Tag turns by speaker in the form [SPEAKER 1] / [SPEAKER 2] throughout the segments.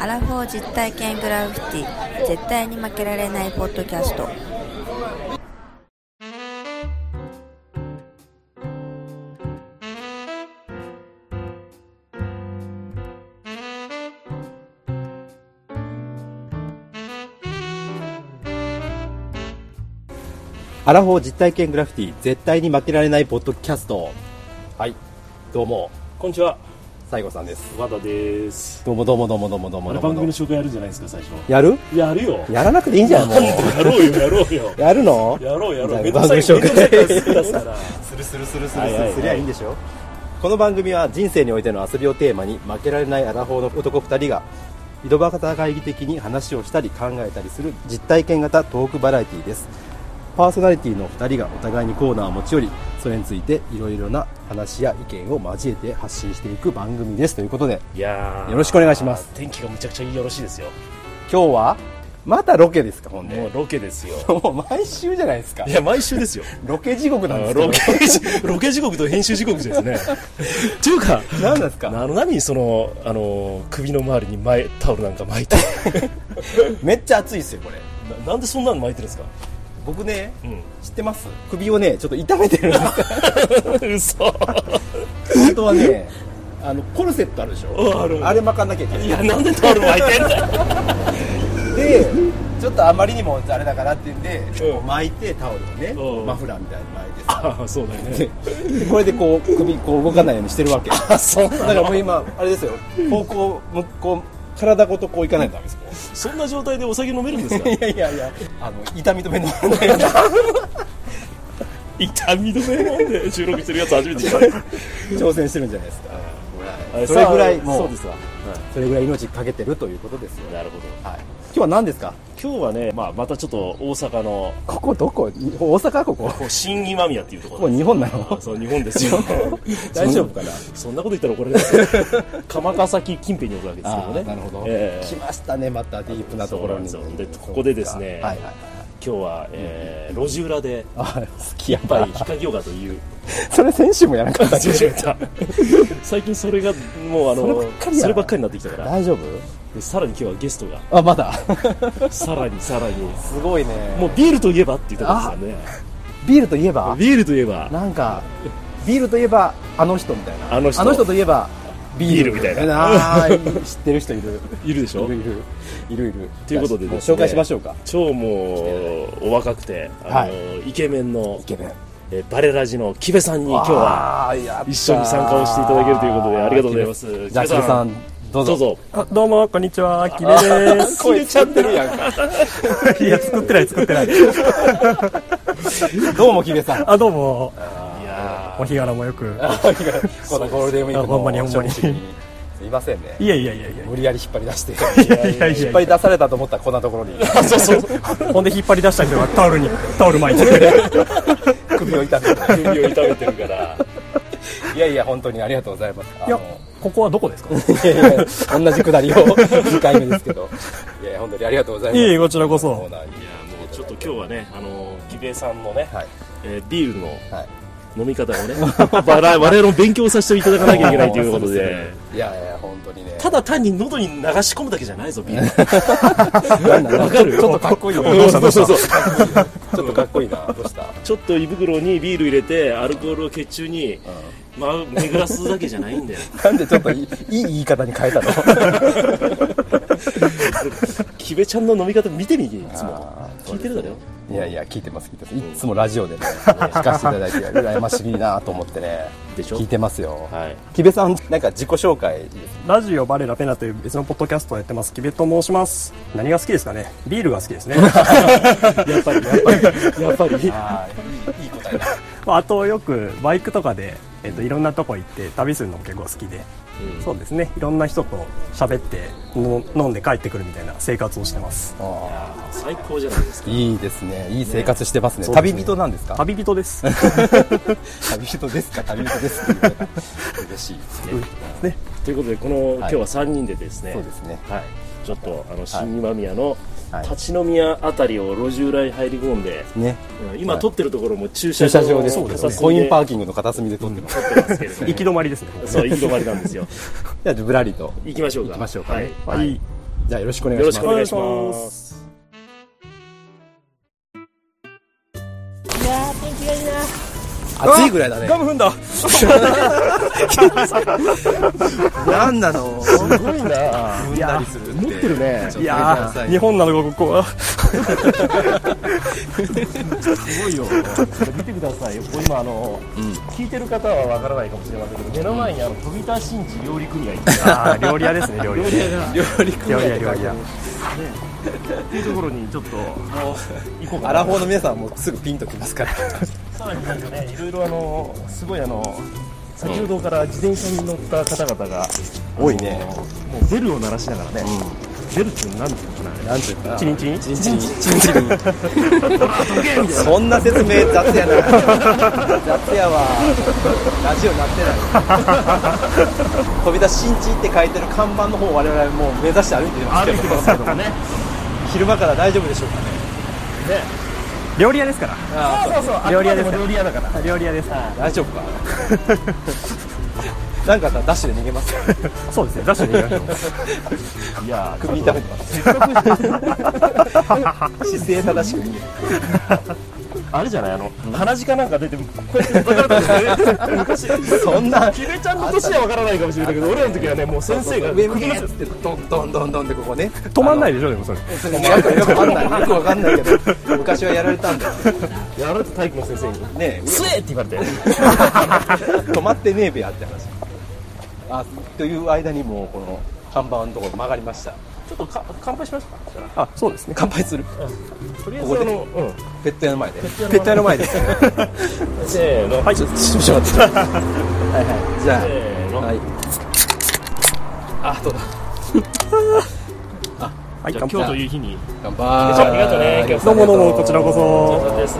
[SPEAKER 1] アラフォー実体験グラフィティ絶対に負けられないポッドキャスト
[SPEAKER 2] アラフォー実体験グラフィティ絶対に負けられないポッドキャストはいどうも
[SPEAKER 3] こんにちは、
[SPEAKER 2] 西郷さんです
[SPEAKER 3] 和田です。
[SPEAKER 2] どうもどうもどうもどうもどう
[SPEAKER 3] あ
[SPEAKER 2] も
[SPEAKER 3] れ
[SPEAKER 2] どう
[SPEAKER 3] 番
[SPEAKER 2] も
[SPEAKER 3] 組の紹介やるじゃないですか、最初。
[SPEAKER 2] やる
[SPEAKER 3] やるよ。
[SPEAKER 2] やらなくていいんじゃんもう
[SPEAKER 3] やろうよ、やろうよ。
[SPEAKER 2] やるの
[SPEAKER 3] やろう、や
[SPEAKER 2] じゃ
[SPEAKER 3] ろ
[SPEAKER 2] あ
[SPEAKER 3] う。めんどくさい、めん
[SPEAKER 2] 番組
[SPEAKER 3] どく
[SPEAKER 2] 紹
[SPEAKER 3] さい
[SPEAKER 2] 介
[SPEAKER 3] から好きだから。
[SPEAKER 2] するするするす
[SPEAKER 3] はいはいはい
[SPEAKER 2] すりゃいいんでしょこの番組は人生においての遊びをテーマに負けられないアラフォーの男2人が井戸端会議的に話をしたり考えたりする実体験型トークバラエティーですパーソナリティの2人がお互いにコーナーを持ち寄りそれについていろいろな話や意見を交えて発信していく番組ですということで
[SPEAKER 3] いやー
[SPEAKER 2] よろしくお願いします。
[SPEAKER 3] 天気がむちゃくちゃよろしいですよ。
[SPEAKER 2] 今日はまたロケですかほん
[SPEAKER 3] も
[SPEAKER 2] で
[SPEAKER 3] うロケですよ。
[SPEAKER 2] もう毎週じゃないですか
[SPEAKER 3] いや、毎週ですよ。
[SPEAKER 2] ロケ地獄なんですけ
[SPEAKER 3] ロ
[SPEAKER 2] ど
[SPEAKER 3] ケ、ロケ時刻と編集時刻ですね。っていうか、
[SPEAKER 2] 何なんですか
[SPEAKER 3] あの、何その、あの、首の周りに前タオルなんか 巻いて。
[SPEAKER 2] めっちゃ暑いですよこれ
[SPEAKER 3] ななんでそんなの巻いてるんですか
[SPEAKER 2] 僕ね
[SPEAKER 3] う
[SPEAKER 2] 知ってます首をねちょっと痛めてるん です
[SPEAKER 3] ん。嘘。
[SPEAKER 2] 本当はねあのコルセットあるでしょ
[SPEAKER 3] ある
[SPEAKER 2] あれ巻かなきゃいけない
[SPEAKER 3] いや、なんでタオル巻いてんだよ。
[SPEAKER 2] でちょっとあまりにもあれだからって言うんで、
[SPEAKER 3] うん
[SPEAKER 2] こう巻いてタオルをね、
[SPEAKER 3] うん
[SPEAKER 2] マフラーみたいに巻いてさ
[SPEAKER 3] ああ、そうだよね。
[SPEAKER 2] でこれでこう首こう動かないようにしてるわけだ
[SPEAKER 3] あ、そうなの
[SPEAKER 2] からもう今あれですよ方向向こう体ごとこういかないとダメですこ
[SPEAKER 3] そんな状態でお酒飲めるんですか
[SPEAKER 2] ういやいやいやあの痛み止め飲まないと
[SPEAKER 3] 痛み止め飲んで収録してるやつ初めて聞いた
[SPEAKER 2] 挑戦してるんじゃないですか、
[SPEAKER 3] はい
[SPEAKER 2] それぐらい
[SPEAKER 3] さあ
[SPEAKER 2] もう
[SPEAKER 3] そうですわ、
[SPEAKER 2] それぐらい命かけてるということですよ、
[SPEAKER 3] なるほど
[SPEAKER 2] はい、今日は何ですか
[SPEAKER 3] 今日はね、まあ、またちょっと大阪の
[SPEAKER 2] ここどこ大阪ここ
[SPEAKER 3] こう新今宮っていうとこ
[SPEAKER 2] ここ
[SPEAKER 3] ろ
[SPEAKER 2] 日本なの
[SPEAKER 3] そう日本 ですよ
[SPEAKER 2] 大丈夫かな
[SPEAKER 3] そんなこと言ったら怒られますよ鎌ヶ崎近辺に置くわけですけどね
[SPEAKER 2] なるほど、
[SPEAKER 3] ええ
[SPEAKER 2] 来ましたねまたディープなところに
[SPEAKER 3] そうなんですよでここでですね
[SPEAKER 2] はいはいはい
[SPEAKER 3] 今日は、えー、路地裏で
[SPEAKER 2] あ好きやっ
[SPEAKER 3] や
[SPEAKER 2] ぱ
[SPEAKER 3] っぱり
[SPEAKER 2] り
[SPEAKER 3] 日陰ヨガと いう
[SPEAKER 2] それ先週もやらなかったっけ
[SPEAKER 3] 始めた最近それがもうあ
[SPEAKER 2] そればっ
[SPEAKER 3] の
[SPEAKER 2] かりや
[SPEAKER 3] そればっかりになってきたから
[SPEAKER 2] 大丈
[SPEAKER 3] でさらに今日はゲストが
[SPEAKER 2] 夫あまだ
[SPEAKER 3] さらにさらに
[SPEAKER 2] すごいね
[SPEAKER 3] も
[SPEAKER 2] もう
[SPEAKER 3] うビールといえばって言ってましたね
[SPEAKER 2] ビールといえば
[SPEAKER 3] ビールといえば
[SPEAKER 2] なんかビールといえばあの人みたいな
[SPEAKER 3] あの人
[SPEAKER 2] といえばビール
[SPEAKER 3] ビールみたいな
[SPEAKER 2] なあー知ってる人いる
[SPEAKER 3] いるでしょ
[SPEAKER 2] いるいるいるいる
[SPEAKER 3] ということでです
[SPEAKER 2] じゃ
[SPEAKER 3] ね
[SPEAKER 2] あ紹介しましょうか
[SPEAKER 3] 超もうお若くてあの、イケメンの
[SPEAKER 2] イケメン
[SPEAKER 3] えーバレラジの木部さんに今日は
[SPEAKER 2] あーやったー
[SPEAKER 3] 一緒に参加をしていただけるということでありがとうございます
[SPEAKER 2] じゃあ木部さんどうぞ
[SPEAKER 3] どうぞ
[SPEAKER 4] あどうも、こんにちは、キベで
[SPEAKER 2] 声ちゃってるやんか
[SPEAKER 4] す。いや、作ってない、作ってない。
[SPEAKER 2] どうも木部 さん
[SPEAKER 4] あ、どうも、
[SPEAKER 3] いや
[SPEAKER 4] お日柄もよく。
[SPEAKER 2] このゴールデンウィーク
[SPEAKER 4] あほんまに
[SPEAKER 2] の
[SPEAKER 4] ほんまに
[SPEAKER 2] 初日にすいませんね
[SPEAKER 4] いやいやいやい
[SPEAKER 2] 無理やり引っ張り出して
[SPEAKER 4] や。いやい
[SPEAKER 2] 引っ
[SPEAKER 4] や
[SPEAKER 2] 張
[SPEAKER 4] い
[SPEAKER 2] り出されたと思ったらこんなところに
[SPEAKER 3] ーそうそう
[SPEAKER 4] や。ほんで引っ張り出した人がタオルに、タオル巻いてる。
[SPEAKER 2] 首を痛めて
[SPEAKER 3] 首を痛めてるから
[SPEAKER 2] いやいや本当にありがとうございますあ
[SPEAKER 4] いや
[SPEAKER 2] の、
[SPEAKER 4] ここはどこですかい
[SPEAKER 2] いやいや同じくだりを2回目ですけどいやいや本当にありがとうございます
[SPEAKER 4] えいえ、こちらこ
[SPEAKER 2] コー
[SPEAKER 4] そ。
[SPEAKER 2] ナーに
[SPEAKER 3] いやもうちょっと今日はねあの木部さんのね、
[SPEAKER 2] はい
[SPEAKER 3] えービールの
[SPEAKER 2] はい
[SPEAKER 3] 飲み方を ね我々我々の勉強をさせていただかなきゃいけないということ
[SPEAKER 2] そう
[SPEAKER 3] で
[SPEAKER 2] ですねいやいや本当にね
[SPEAKER 3] ただ単に喉に流し込むだけじゃないぞビール
[SPEAKER 2] なんだろう
[SPEAKER 3] わかる
[SPEAKER 2] ちょっとかっこいいよ
[SPEAKER 4] どうしたどうした
[SPEAKER 3] そうそうそう
[SPEAKER 2] ちょっとかっこいいなどうした
[SPEAKER 3] ちょっと胃袋にビール入れてアルコールを血中に、まあ、巡らすだけじゃないんだよ
[SPEAKER 2] なんでちょっといいいい言い方に変えたの
[SPEAKER 3] キベちゃんの飲み方見てみいつも聞いてるだろ
[SPEAKER 2] いやいや聞いてます聞いてますいつもラジオでね聞かせていただいて羨ましいなと思ってね
[SPEAKER 3] でしょ
[SPEAKER 2] 聞いてますよ、
[SPEAKER 3] はい
[SPEAKER 2] 木部さんなんか自己紹介
[SPEAKER 4] ラジオバレラペナという別のポッドキャストをやってます、キベと申します。何が好きですかねビールが好きです ね。
[SPEAKER 3] やっぱりやっぱりやっぱり
[SPEAKER 2] あいいいい答えだ
[SPEAKER 4] まああと、よくバイクとかで、えっと、いろんなとこ行って旅するのも結構好きで、そうですね、いろんな人と喋って、の飲んで帰ってくるみたいな生活をしてます。
[SPEAKER 3] 最高じゃないですか
[SPEAKER 2] いいですねいい生活してますね
[SPEAKER 4] そうです
[SPEAKER 2] 旅
[SPEAKER 4] ね
[SPEAKER 2] 人なんですか
[SPEAKER 4] 旅人 です。
[SPEAKER 2] 旅人ですか旅人ですって言われた 嬉しいですね
[SPEAKER 3] ということでこの、今日は3人でですね
[SPEAKER 2] そうですね
[SPEAKER 3] はいちょっとあの新今宮の
[SPEAKER 2] はい
[SPEAKER 3] 立ち飲み屋あたりを路地裏に入り込んで、
[SPEAKER 2] ね
[SPEAKER 3] うん今撮ってるところも駐車
[SPEAKER 2] 駐車
[SPEAKER 3] 場
[SPEAKER 2] 場で
[SPEAKER 3] そうです、
[SPEAKER 2] コインパーキングの片隅で撮ってます、
[SPEAKER 3] 撮ってますけれども
[SPEAKER 4] 行き止まりですね。
[SPEAKER 3] そう行き止まりなんですよ
[SPEAKER 2] じゃあぶらりと
[SPEAKER 3] 行きましょうか
[SPEAKER 2] 行きましょうかね
[SPEAKER 3] はい、
[SPEAKER 4] はい。
[SPEAKER 2] じゃあよろしくお願い
[SPEAKER 5] よ
[SPEAKER 2] し
[SPEAKER 5] ろ
[SPEAKER 2] ま
[SPEAKER 5] し
[SPEAKER 2] す
[SPEAKER 5] くお願いします。
[SPEAKER 2] 暑いぐらいだね
[SPEAKER 4] ガム踏んだ
[SPEAKER 2] なんなのすごいな踏んだりする
[SPEAKER 3] 持ってるね
[SPEAKER 2] ちょっと
[SPEAKER 4] いやー日本なのかここは
[SPEAKER 3] すごいよ見てくださいよこれ今あの、聞いてる方はわからないかもしれませんけど目の前にあの飛び田新地料理組合って
[SPEAKER 4] あー料理屋ですね料理屋ね
[SPEAKER 2] 料理組
[SPEAKER 4] 料
[SPEAKER 2] 合
[SPEAKER 4] 理屋料理屋
[SPEAKER 3] いうところにちょっと行こう
[SPEAKER 2] アラ
[SPEAKER 3] かな
[SPEAKER 2] フォーの皆さんもすぐピンときますから
[SPEAKER 3] さらになんかねいろいろあのすごいあの先ほどから自転車に乗った方々が
[SPEAKER 2] 多いね
[SPEAKER 3] あのもうベルを鳴らしながらね、ベルって何ていうのかな
[SPEAKER 2] なんていうか
[SPEAKER 4] チリンチリン
[SPEAKER 2] チンチリンそんな説明雑やな雑やわラジオなってない飛び出し新地って書いてる看板の方を我々もう目指して歩いてます
[SPEAKER 3] 歩
[SPEAKER 2] けど
[SPEAKER 3] いてますけどもね
[SPEAKER 2] 昼間から大丈夫でしょうかね
[SPEAKER 4] 料理屋ですから
[SPEAKER 2] あ
[SPEAKER 3] そうそう
[SPEAKER 4] 料理屋です
[SPEAKER 3] あくまも料理屋だから
[SPEAKER 4] 料理屋です
[SPEAKER 2] あ大丈夫かなんかさダッシュで逃げます
[SPEAKER 4] そうですね雑誌で言いましょう
[SPEAKER 3] いやー
[SPEAKER 2] 首痛めてます 姿
[SPEAKER 3] せっか
[SPEAKER 2] 勢正しく逃げる
[SPEAKER 3] くあれじゃないあの鼻血かなんか出てこうやって分かるとね昔
[SPEAKER 2] そんな
[SPEAKER 3] キベちゃんの年は分からないかもしれないけど俺らの時はねもう先生が
[SPEAKER 2] 上向けっつってドンドンドンドンってここね
[SPEAKER 4] 止まんないでしょでもそれ
[SPEAKER 2] よくよくわかんないよくわかんないけど昔はやられたんだよ
[SPEAKER 3] やられた体育の先生に
[SPEAKER 2] ね
[SPEAKER 3] 「すえ!」って言われて
[SPEAKER 2] 止まってねえべやって話あという間にもうこの看板のところ曲がりました
[SPEAKER 3] ちょっとか乾杯しますか
[SPEAKER 4] あそうですね
[SPEAKER 2] 乾杯する
[SPEAKER 3] とりあえ
[SPEAKER 2] こ
[SPEAKER 3] ず
[SPEAKER 2] こ
[SPEAKER 3] あ
[SPEAKER 2] で
[SPEAKER 3] のうん
[SPEAKER 2] ペット屋の前でペット屋の前で
[SPEAKER 3] せーの
[SPEAKER 2] はいちょっとちょっと待ってはいはいじゃあ
[SPEAKER 3] せーの
[SPEAKER 2] はいあどうだ
[SPEAKER 4] はい
[SPEAKER 3] じゃあ今
[SPEAKER 4] 乾
[SPEAKER 3] 日
[SPEAKER 4] 杯
[SPEAKER 3] という日に
[SPEAKER 2] 乾
[SPEAKER 3] ありがとうね
[SPEAKER 2] 杯
[SPEAKER 3] 今日
[SPEAKER 4] どうもどうもこちらこそ
[SPEAKER 3] そうです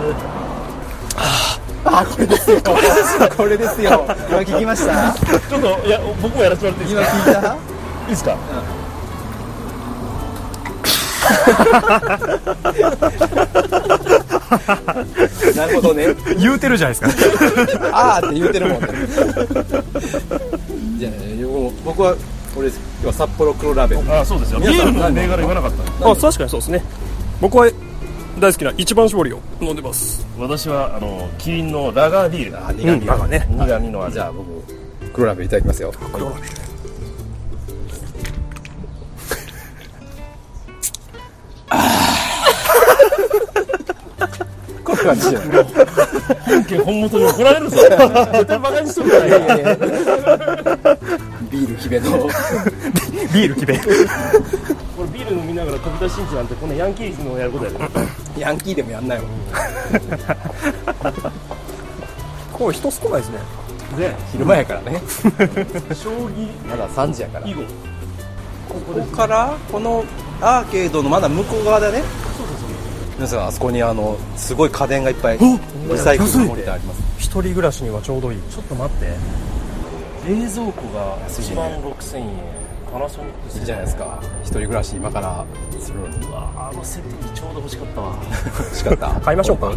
[SPEAKER 2] あこれですよこれですよ今聞きました
[SPEAKER 3] ちょっといや僕もやらせてもらっていい
[SPEAKER 2] 今
[SPEAKER 3] ですか
[SPEAKER 2] 聞いた
[SPEAKER 3] いいですか
[SPEAKER 2] なるほどね
[SPEAKER 4] 言うてるじゃないですか
[SPEAKER 2] あーって言うてるもんねいやいや僕はこれ今日は札幌黒ラベル
[SPEAKER 3] あそうですよビ
[SPEAKER 2] 皆
[SPEAKER 3] ー
[SPEAKER 2] さ
[SPEAKER 3] ル
[SPEAKER 2] ん
[SPEAKER 3] の銘柄言わなかった
[SPEAKER 4] あ確かにそうですね僕は大好きな一番搾りを飲んでます
[SPEAKER 3] 私はあのキリンのラガービール
[SPEAKER 2] あ苦味が
[SPEAKER 4] がね
[SPEAKER 3] 苦味のある
[SPEAKER 2] じゃあ僕黒ラベルいただきますよ黒ラベルああこんな感じじゃない
[SPEAKER 3] 本元に怒られ るぞ絶対バカにしとるじゃないか
[SPEAKER 2] ビールきべの
[SPEAKER 4] ビール きべ
[SPEAKER 3] これビール飲みながら飛び出しんちなんてこんなヤンキーのやることやで
[SPEAKER 2] ヤンキーでもやんないもん
[SPEAKER 4] こう人少ないですね
[SPEAKER 3] で
[SPEAKER 2] 昼前やからね
[SPEAKER 3] 将棋
[SPEAKER 2] まだ3時やから
[SPEAKER 3] 囲碁
[SPEAKER 2] ここからこのアーケードのまだ向こう側だね皆さんあそこにあのすごい家電がいっぱいリサイクルのモニターあります
[SPEAKER 4] 一人暮らしにはちょうどいいちょっと待って
[SPEAKER 3] 冷蔵庫が
[SPEAKER 2] 安いね
[SPEAKER 3] 1万6000円パナソニック
[SPEAKER 2] いいじゃないですか一人暮らし今からするのに
[SPEAKER 3] うわーあの設定ちょうど欲しかったわ
[SPEAKER 2] 欲しか った
[SPEAKER 4] 買いましょうか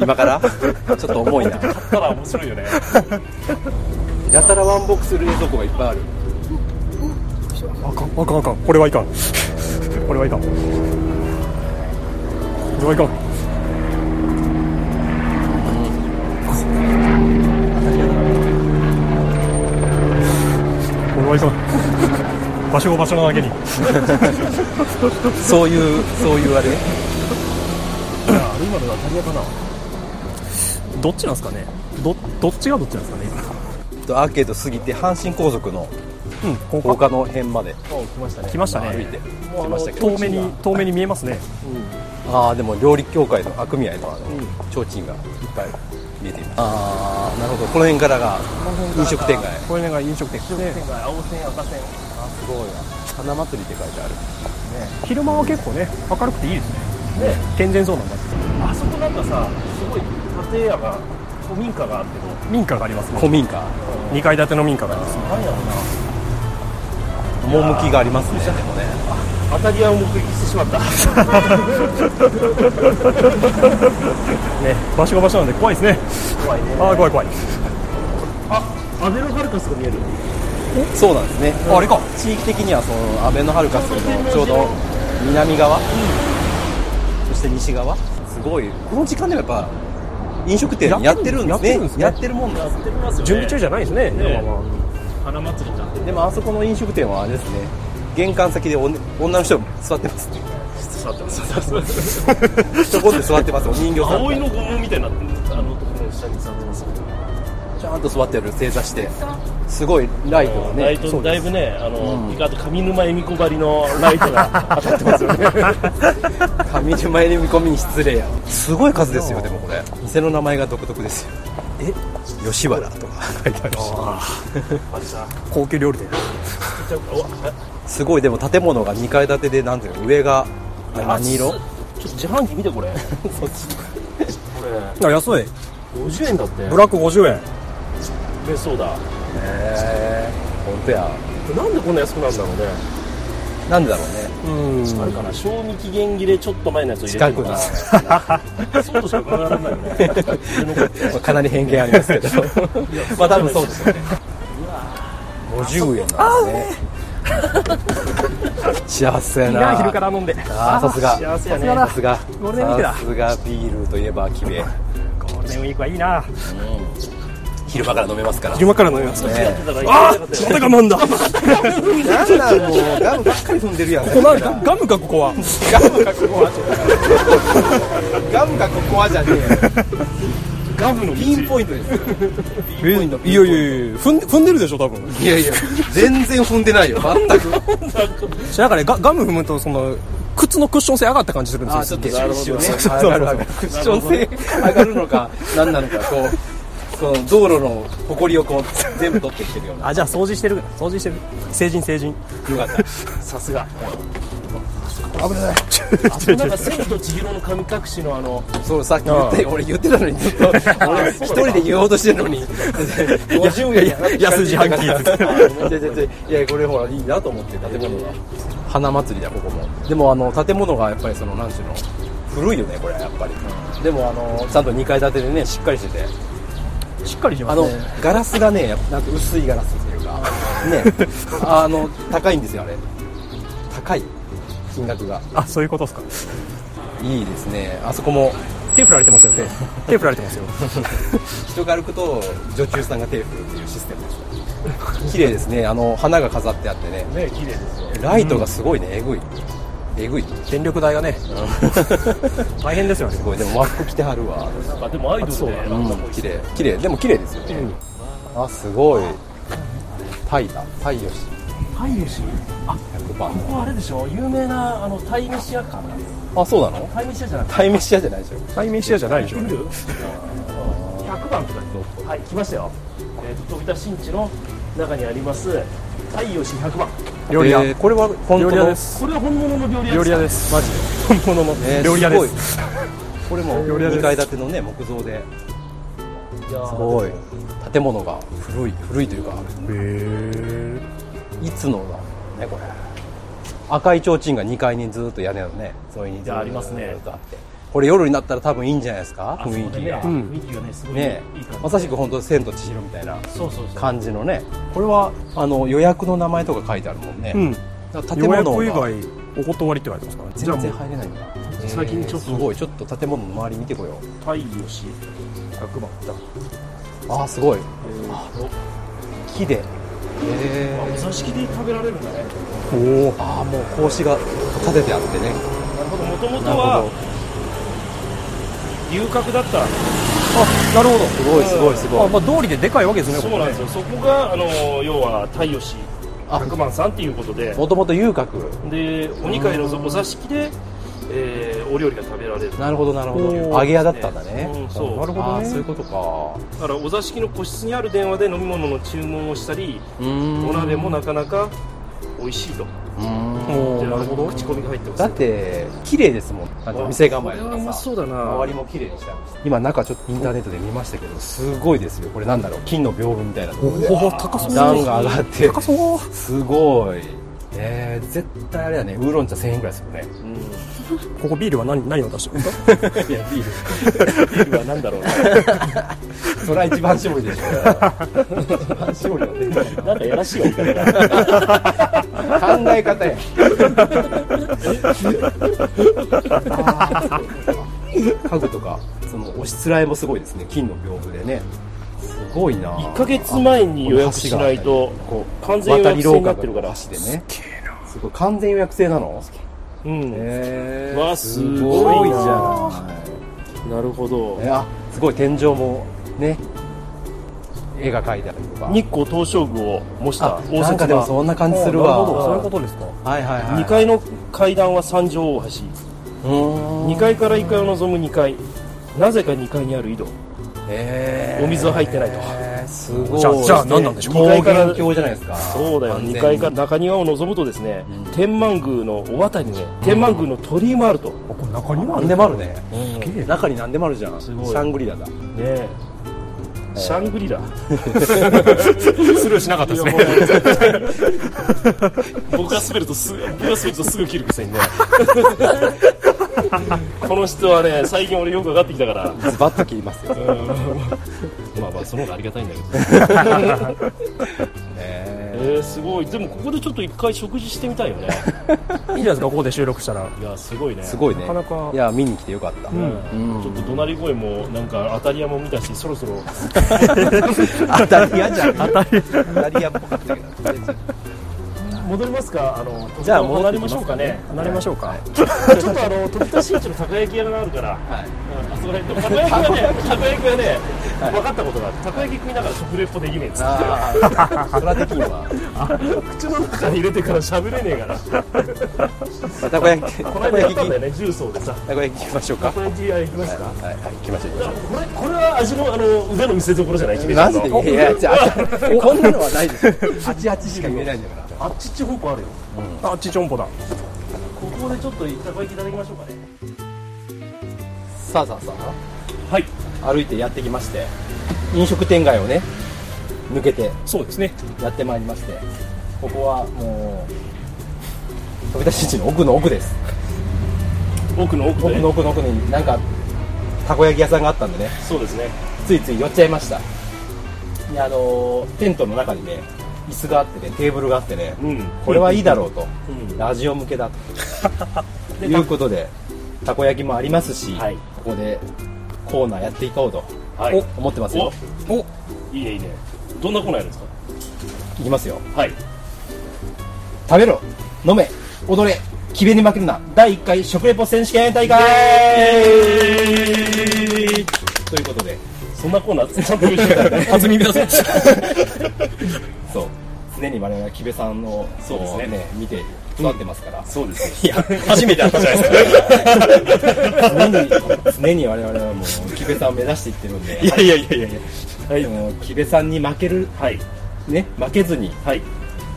[SPEAKER 2] 今からちょっと重いな
[SPEAKER 3] ただ面白いよね
[SPEAKER 2] やたらワンボックス冷蔵庫がいっぱいある
[SPEAKER 4] あかんあかんあかんこれはいかんこれはいかんこれはいかんこれはいかん場所を場所なだけに
[SPEAKER 2] そういうそういうあれ
[SPEAKER 4] どっちなんですかねどどっちがどっちなんですかね
[SPEAKER 2] アーケード過ぎて阪神高速の
[SPEAKER 4] うんここ
[SPEAKER 2] 高架の辺まで
[SPEAKER 3] もう来ましたね
[SPEAKER 4] 来ました
[SPEAKER 2] 歩い
[SPEAKER 4] ね
[SPEAKER 2] て来ましたけど
[SPEAKER 4] 遠目に遠目に見えますね
[SPEAKER 2] ああでも料理協会の悪宮のあの提灯がいっぱい見えていますああなるほどこの辺からが飲食店街
[SPEAKER 4] これが飲食店で
[SPEAKER 3] 青線赤線
[SPEAKER 2] すごいな花祭りって書いてある
[SPEAKER 4] 昼間は結構ね明るくていいですね健全そうなんだ
[SPEAKER 3] あそこなんかさすごい建屋が古民家があっても
[SPEAKER 4] 民家がありますね
[SPEAKER 2] 古民家
[SPEAKER 4] 2階建ての民家があります
[SPEAKER 3] 何やろうな
[SPEAKER 2] 趣がありますねでもね
[SPEAKER 3] 当たり屋を目撃してしまった
[SPEAKER 4] ね場所が場所なんで怖いですね
[SPEAKER 3] 怖いね
[SPEAKER 4] ああ怖い怖い
[SPEAKER 3] あアベノハルカスが見える
[SPEAKER 2] そうなんですね
[SPEAKER 4] ああれか
[SPEAKER 2] 地域的にはそのアベノハルカスのちょうど南側、そして西側すごいこの時間でもやっぱ飲食店や
[SPEAKER 4] や
[SPEAKER 2] っ
[SPEAKER 4] ってて
[SPEAKER 2] る
[SPEAKER 4] る
[SPEAKER 2] ん
[SPEAKER 4] ん
[SPEAKER 2] で
[SPEAKER 4] ですす
[SPEAKER 2] ね
[SPEAKER 4] ね
[SPEAKER 2] やってるもんだ
[SPEAKER 3] やってますよね
[SPEAKER 4] 準備中じゃないですね
[SPEAKER 3] ね
[SPEAKER 4] まあ
[SPEAKER 3] 花
[SPEAKER 4] ま
[SPEAKER 3] 祭りじゃん
[SPEAKER 2] でもあそこの飲食店はあれですね玄関先でおね女の人座ってますね
[SPEAKER 3] 座ってます
[SPEAKER 2] ちょこんで座ってますお人形さん
[SPEAKER 3] 葵
[SPEAKER 2] が
[SPEAKER 3] の拷問みたいになってるあの男の下に座ってますけど
[SPEAKER 2] ちゃんと座ってる正座してすごいライトが
[SPEAKER 3] ラ
[SPEAKER 2] ね
[SPEAKER 3] イトだいぶねあの、あと上沼恵美子張りのライトが当た ってますよね
[SPEAKER 2] 上島に見込みに失礼やすごい数ですよでもこれ店の名前が独特ですよえ吉原とか書いてあるし
[SPEAKER 4] あ高級料理店
[SPEAKER 2] すごいでも建物が2階建てでなんていうの上が何色
[SPEAKER 3] ちょっと自販機見てこ れ
[SPEAKER 4] あ安い
[SPEAKER 3] 50円だって
[SPEAKER 4] ブラック50円
[SPEAKER 3] ねそうだ
[SPEAKER 2] へえ本当や
[SPEAKER 3] なんでこんな安くなるんだろうね、
[SPEAKER 2] なんでだろうね
[SPEAKER 3] あれかな賞味期限切れちょっと前のやつを入れて
[SPEAKER 2] 近
[SPEAKER 3] る
[SPEAKER 2] く
[SPEAKER 3] の
[SPEAKER 2] な
[SPEAKER 3] かなそうとしか考えられないよ ね
[SPEAKER 2] かなり偏見ありますけどまあ多分そうですよね50円なん ですね幸せや
[SPEAKER 4] いや
[SPEAKER 2] な
[SPEAKER 4] 昼から飲んで
[SPEAKER 2] あーさすが
[SPEAKER 4] 幸せやね
[SPEAKER 2] さすが
[SPEAKER 4] ゴールデンウィークだ
[SPEAKER 2] さすがビールといえばキベ
[SPEAKER 4] ゴールデンウィークはいいな
[SPEAKER 2] 昼間から飲めますから
[SPEAKER 4] 今から飲みますね
[SPEAKER 2] ね
[SPEAKER 4] あーまた我慢だ
[SPEAKER 2] な んだもうガムばっかり踏んでるやん
[SPEAKER 4] このガムかここは
[SPEAKER 2] ガムがここはガムがここはじゃねえよ
[SPEAKER 4] ガムの
[SPEAKER 2] ピンポイントですよピンポイント
[SPEAKER 4] いやいやいや踏んで踏んでるでしょ多分
[SPEAKER 2] いやいや全然踏んでないよ全く
[SPEAKER 4] なんかねガガム踏むとその靴のクッション性上がった感じするんですよ
[SPEAKER 2] あちょっと
[SPEAKER 4] すげえ
[SPEAKER 2] 一瞬ね
[SPEAKER 4] そうそうそ
[SPEAKER 2] 上
[SPEAKER 4] う
[SPEAKER 2] がる上がるクッション性上がるのか何なのかこうその道路の埃をこう全部取ってきてるような
[SPEAKER 4] あじゃあ掃除してる掃除してる成人成人
[SPEAKER 2] よかった
[SPEAKER 3] さすが危ないなんか千と千尋の神隠しのあの
[SPEAKER 2] そうさっき言って俺言ってたのにずっと俺一人で言おうとしてるのに50円や
[SPEAKER 4] 安自販機
[SPEAKER 2] いやいやいやいやこれほらいいなと思って建物が花祭りだここもでもあの建物がやっぱりそのなんちゅうの古いよねこれやっぱりでもあのちゃんと2階建てでねしっかりしてて
[SPEAKER 4] しっかりしま
[SPEAKER 2] あ
[SPEAKER 4] す
[SPEAKER 2] の
[SPEAKER 4] ね
[SPEAKER 2] ガラスがねやっぱなんか薄いガラスっていうかねあの高いんですよあれ高い金額が
[SPEAKER 4] あそういうことですか
[SPEAKER 2] いいですねあそこも
[SPEAKER 4] 手振られてますよ手手振られてます よ
[SPEAKER 2] 人が歩くと女中さんが手を振るっていうシステムです綺麗ですねあの花が飾ってあってね
[SPEAKER 3] ね綺麗ですよ
[SPEAKER 2] ライトがすごいねえぐいえぐい
[SPEAKER 4] 電力代がね 大変ですよね
[SPEAKER 2] すごいでも和服着てはるわ
[SPEAKER 3] あでもアイドルで
[SPEAKER 2] うん綺麗綺麗でも綺麗ですよね、あすごいタイだタイヨシ
[SPEAKER 3] タイ飯
[SPEAKER 2] 100番
[SPEAKER 3] ここあれでしょ有名なあのタイ飯屋かな
[SPEAKER 2] あそうなの
[SPEAKER 3] タイ飯屋じゃなくて
[SPEAKER 2] タイ飯屋じゃないでしょ
[SPEAKER 4] 対面シェアじゃないでしょ
[SPEAKER 3] 100番とかにはい来ましたよ、えー、と飛び出新地の中にあります太陽市100番
[SPEAKER 4] 料理屋
[SPEAKER 2] えーこれは本当の
[SPEAKER 4] 料理屋です
[SPEAKER 3] これは本物の料理屋
[SPEAKER 4] 料理屋ですマジで本物
[SPEAKER 2] え
[SPEAKER 4] の
[SPEAKER 2] ー
[SPEAKER 4] 料理屋です
[SPEAKER 2] ごいこれも
[SPEAKER 4] 料理屋です
[SPEAKER 2] 2階建てのね木造で
[SPEAKER 3] いやー
[SPEAKER 2] すごい建物が古い古いというか
[SPEAKER 4] へ
[SPEAKER 2] いつのだろうねこれ赤い提灯が2階にずっと屋根のね沿いにずっと
[SPEAKER 3] ありますね
[SPEAKER 2] ずっとあってこれ夜になったら多分いいんじゃないですか
[SPEAKER 3] あそう
[SPEAKER 2] 雰囲気
[SPEAKER 3] ね
[SPEAKER 2] が
[SPEAKER 4] ん
[SPEAKER 3] 雰囲気がねすごい
[SPEAKER 2] ね
[SPEAKER 3] いい感じ
[SPEAKER 2] まさしく本当千と千尋みたいな
[SPEAKER 3] そうそうそう
[SPEAKER 2] 感じのねこれはあの予約の名前とか書いてあるもんね、
[SPEAKER 4] えうん
[SPEAKER 2] だから建
[SPEAKER 4] 予
[SPEAKER 2] 物
[SPEAKER 4] 約以
[SPEAKER 2] が
[SPEAKER 4] 外お断りって言われてますからねじゃ
[SPEAKER 2] 全
[SPEAKER 4] あも
[SPEAKER 2] 然
[SPEAKER 4] う
[SPEAKER 2] 入れないんだ
[SPEAKER 3] 最近ちょっ
[SPEAKER 2] す
[SPEAKER 3] と
[SPEAKER 2] ごいちょっと建物の周り見てこよう
[SPEAKER 3] 太陽市100番だ
[SPEAKER 2] ああすごい
[SPEAKER 3] えーと
[SPEAKER 2] 木でへ
[SPEAKER 3] あお
[SPEAKER 2] え
[SPEAKER 3] 座敷で食べられるんだね
[SPEAKER 2] おおああもう格子が立ててあってね
[SPEAKER 3] なるほどもともと
[SPEAKER 2] なるほど
[SPEAKER 3] は遊郭だった
[SPEAKER 2] あなるほどすごいすごいすご
[SPEAKER 4] あ
[SPEAKER 2] い
[SPEAKER 4] まあ通りででかいわけですね
[SPEAKER 3] そうなんですよそこがあの要は太陽市
[SPEAKER 2] あ
[SPEAKER 3] 100番さんっていうことで
[SPEAKER 2] もともと遊郭
[SPEAKER 3] でお二階のお座敷で、えーお料理が食べられる
[SPEAKER 2] なるほどなるほど
[SPEAKER 4] おー
[SPEAKER 2] 揚げ屋だったんだね
[SPEAKER 3] うんそう
[SPEAKER 4] なるほどね
[SPEAKER 2] あーそういうことか
[SPEAKER 3] だからお座敷の個室にある電話で飲み物の注文をしたり
[SPEAKER 2] うーん
[SPEAKER 3] お鍋もなかなか美味しいと
[SPEAKER 2] うーん
[SPEAKER 4] お
[SPEAKER 3] じ
[SPEAKER 4] ー
[SPEAKER 3] ゃあ
[SPEAKER 4] なるほど
[SPEAKER 3] 口コミが入ってます
[SPEAKER 2] だって綺麗ですもんなんか店構え
[SPEAKER 3] これはう
[SPEAKER 2] とか
[SPEAKER 3] ま
[SPEAKER 2] さ
[SPEAKER 3] そうだな
[SPEAKER 2] 周りも綺麗にしてあるし今中ちょっとインターネットで見ましたけどすごいですよこれなんだろう金の屏風みたいなところで
[SPEAKER 4] おお高そう
[SPEAKER 2] 段が上がって
[SPEAKER 4] 高そう
[SPEAKER 2] すごいえー、絶対あれだねウーロン茶1000円ぐらいするね
[SPEAKER 3] うん
[SPEAKER 4] ここビールは何何を出してるんですか
[SPEAKER 3] いやビールビールは何だろう な
[SPEAKER 2] それは一番絞りで しょ一番絞りはね
[SPEAKER 3] なんかやらしいわけだな
[SPEAKER 2] 考え方や家具とかその押しつらえもすごいですね金の屏風でねすごいな
[SPEAKER 3] 1ヶ月前に予約しないと
[SPEAKER 2] こう
[SPEAKER 3] 完全予約制になってるから
[SPEAKER 2] 渡り廊下の橋でねすごい完全予約制なの
[SPEAKER 3] うん
[SPEAKER 2] へ
[SPEAKER 3] わ
[SPEAKER 2] ー
[SPEAKER 3] あす
[SPEAKER 2] す
[SPEAKER 3] ご
[SPEAKER 2] ご
[SPEAKER 3] い
[SPEAKER 2] い
[SPEAKER 3] な
[SPEAKER 2] じゃ
[SPEAKER 3] なるほど
[SPEAKER 2] ないあすごい天井もね絵が描いてあるとか
[SPEAKER 3] 日光東照宮を模した
[SPEAKER 2] あ
[SPEAKER 3] 応
[SPEAKER 2] なんか
[SPEAKER 3] 接
[SPEAKER 2] でも
[SPEAKER 3] 間
[SPEAKER 2] そんな感じする
[SPEAKER 4] あなるほど
[SPEAKER 2] わ
[SPEAKER 4] そういうことですか
[SPEAKER 2] はいはいはい
[SPEAKER 3] 2階の階段は三条大橋
[SPEAKER 2] うーん
[SPEAKER 3] 2階から1階を望む2階なぜか2階にある井戸
[SPEAKER 2] へー
[SPEAKER 3] お水は入ってないと
[SPEAKER 2] へーすごい
[SPEAKER 4] じゃあじゃあ何なんでしょう
[SPEAKER 2] 桃源郷じゃないですか
[SPEAKER 3] そうだよ
[SPEAKER 2] 完全
[SPEAKER 3] 2
[SPEAKER 2] に
[SPEAKER 3] 階から中庭を望むとですね、天満宮のお渡りね天満宮の鳥居もあると、
[SPEAKER 4] ここ中にもあ
[SPEAKER 2] 何
[SPEAKER 4] る
[SPEAKER 2] でもあるね
[SPEAKER 4] すげえ
[SPEAKER 2] 中に何でもあるじゃんシ
[SPEAKER 3] ごい
[SPEAKER 2] ャングリラだ
[SPEAKER 3] ねえシャングリラ
[SPEAKER 4] スルーしなかったですね
[SPEAKER 3] 僕が滑るとす僕が滑るとすぐ切るくせにねこの人はね最近俺よく分かってきたから
[SPEAKER 2] ズバッと切りますよへ
[SPEAKER 3] まあまあその方がありがたいんだけど え
[SPEAKER 2] え
[SPEAKER 3] ー、すごいでもここでちょっと一回食事してみたいよね
[SPEAKER 4] いいじゃないですかここで収録したら
[SPEAKER 3] いやすごいね
[SPEAKER 2] すごいね
[SPEAKER 4] なかなか
[SPEAKER 2] いや見に来てよかった
[SPEAKER 3] ちょっと怒鳴り声もなんか当たり屋も見たしそろそろ
[SPEAKER 2] 当たり屋じ ゃん当たり屋っぽかったけど
[SPEAKER 3] 戻りますかあの
[SPEAKER 2] じゃあ
[SPEAKER 3] 戻
[SPEAKER 2] 戻り
[SPEAKER 3] りま
[SPEAKER 2] ま
[SPEAKER 3] し
[SPEAKER 2] し
[SPEAKER 3] ょ
[SPEAKER 2] ょ
[SPEAKER 3] う
[SPEAKER 2] う
[SPEAKER 3] か
[SPEAKER 2] か
[SPEAKER 3] ね
[SPEAKER 4] なりましょうか
[SPEAKER 3] ちょっとあの飛び出し市のたこ焼き屋があるから、
[SPEAKER 2] い
[SPEAKER 3] うんあそこら辺でたこ焼きはねたこ焼きはね分かったことがあるたこ焼き食いながら食レポできねえっつっ
[SPEAKER 2] ああそら的に は
[SPEAKER 3] て口の中に入れてから喋れねえから
[SPEAKER 2] たこ焼きた
[SPEAKER 3] こ
[SPEAKER 2] こ
[SPEAKER 3] の間やっ
[SPEAKER 2] 焼き
[SPEAKER 3] たんだよ
[SPEAKER 2] た
[SPEAKER 3] ね重曹でさ
[SPEAKER 2] こ焼き行きましょうか
[SPEAKER 3] たこ焼き屋行きました
[SPEAKER 2] はいはい行きましょう行きましょう
[SPEAKER 3] これこれは味のあの腕の見せ所じゃない君
[SPEAKER 2] マジでいやいやじゃあこんなのはないです88しか言えないんだから
[SPEAKER 3] あっちっち方向あるよ
[SPEAKER 4] あちちょんぽだ
[SPEAKER 3] ここでちょっとたこ焼きいただきましょうかね
[SPEAKER 2] さあさあさあ
[SPEAKER 3] はい
[SPEAKER 2] 歩いてやってきまして飲食店街をね抜けて
[SPEAKER 4] そうですね
[SPEAKER 2] やってまいりましてここはもう飛び出し地の奥の奥です
[SPEAKER 3] 奥の奥
[SPEAKER 2] 奥
[SPEAKER 3] で
[SPEAKER 2] の奥の奥になんかたこ焼き屋さんがあったんでね
[SPEAKER 3] そうですね
[SPEAKER 2] ついつい寄っちゃいましたであのーテントの中にね椅子があってねテーブルがあってね、
[SPEAKER 3] うん
[SPEAKER 2] これはいいだろうと、
[SPEAKER 3] うん
[SPEAKER 2] ラジオ向けだ ということでたこ焼きもありますし、
[SPEAKER 3] はい
[SPEAKER 2] ここでコーナーやっていこうと
[SPEAKER 3] はい
[SPEAKER 2] 思ってますよ
[SPEAKER 4] お
[SPEAKER 3] いいねいいねどんなコーナーやるんですか
[SPEAKER 2] いきますよ
[SPEAKER 3] はい
[SPEAKER 2] 食べろ飲め踊れきべに負けるな第1回食レポ選手権大会ということで
[SPEAKER 3] そんなコーナーちゃんと用意してたよね
[SPEAKER 4] 初耳だぞ
[SPEAKER 2] そう常に我々はきべさんの
[SPEAKER 3] そうですね
[SPEAKER 2] 見て育ってますから、
[SPEAKER 3] そうで す
[SPEAKER 2] いや初めて会ったじゃないですか常に常に我々はもうきべさんを目指していってるんで
[SPEAKER 3] いやいやいやいやはい
[SPEAKER 2] もうきべさんに負ける
[SPEAKER 3] はい
[SPEAKER 2] ね負けずに
[SPEAKER 3] はい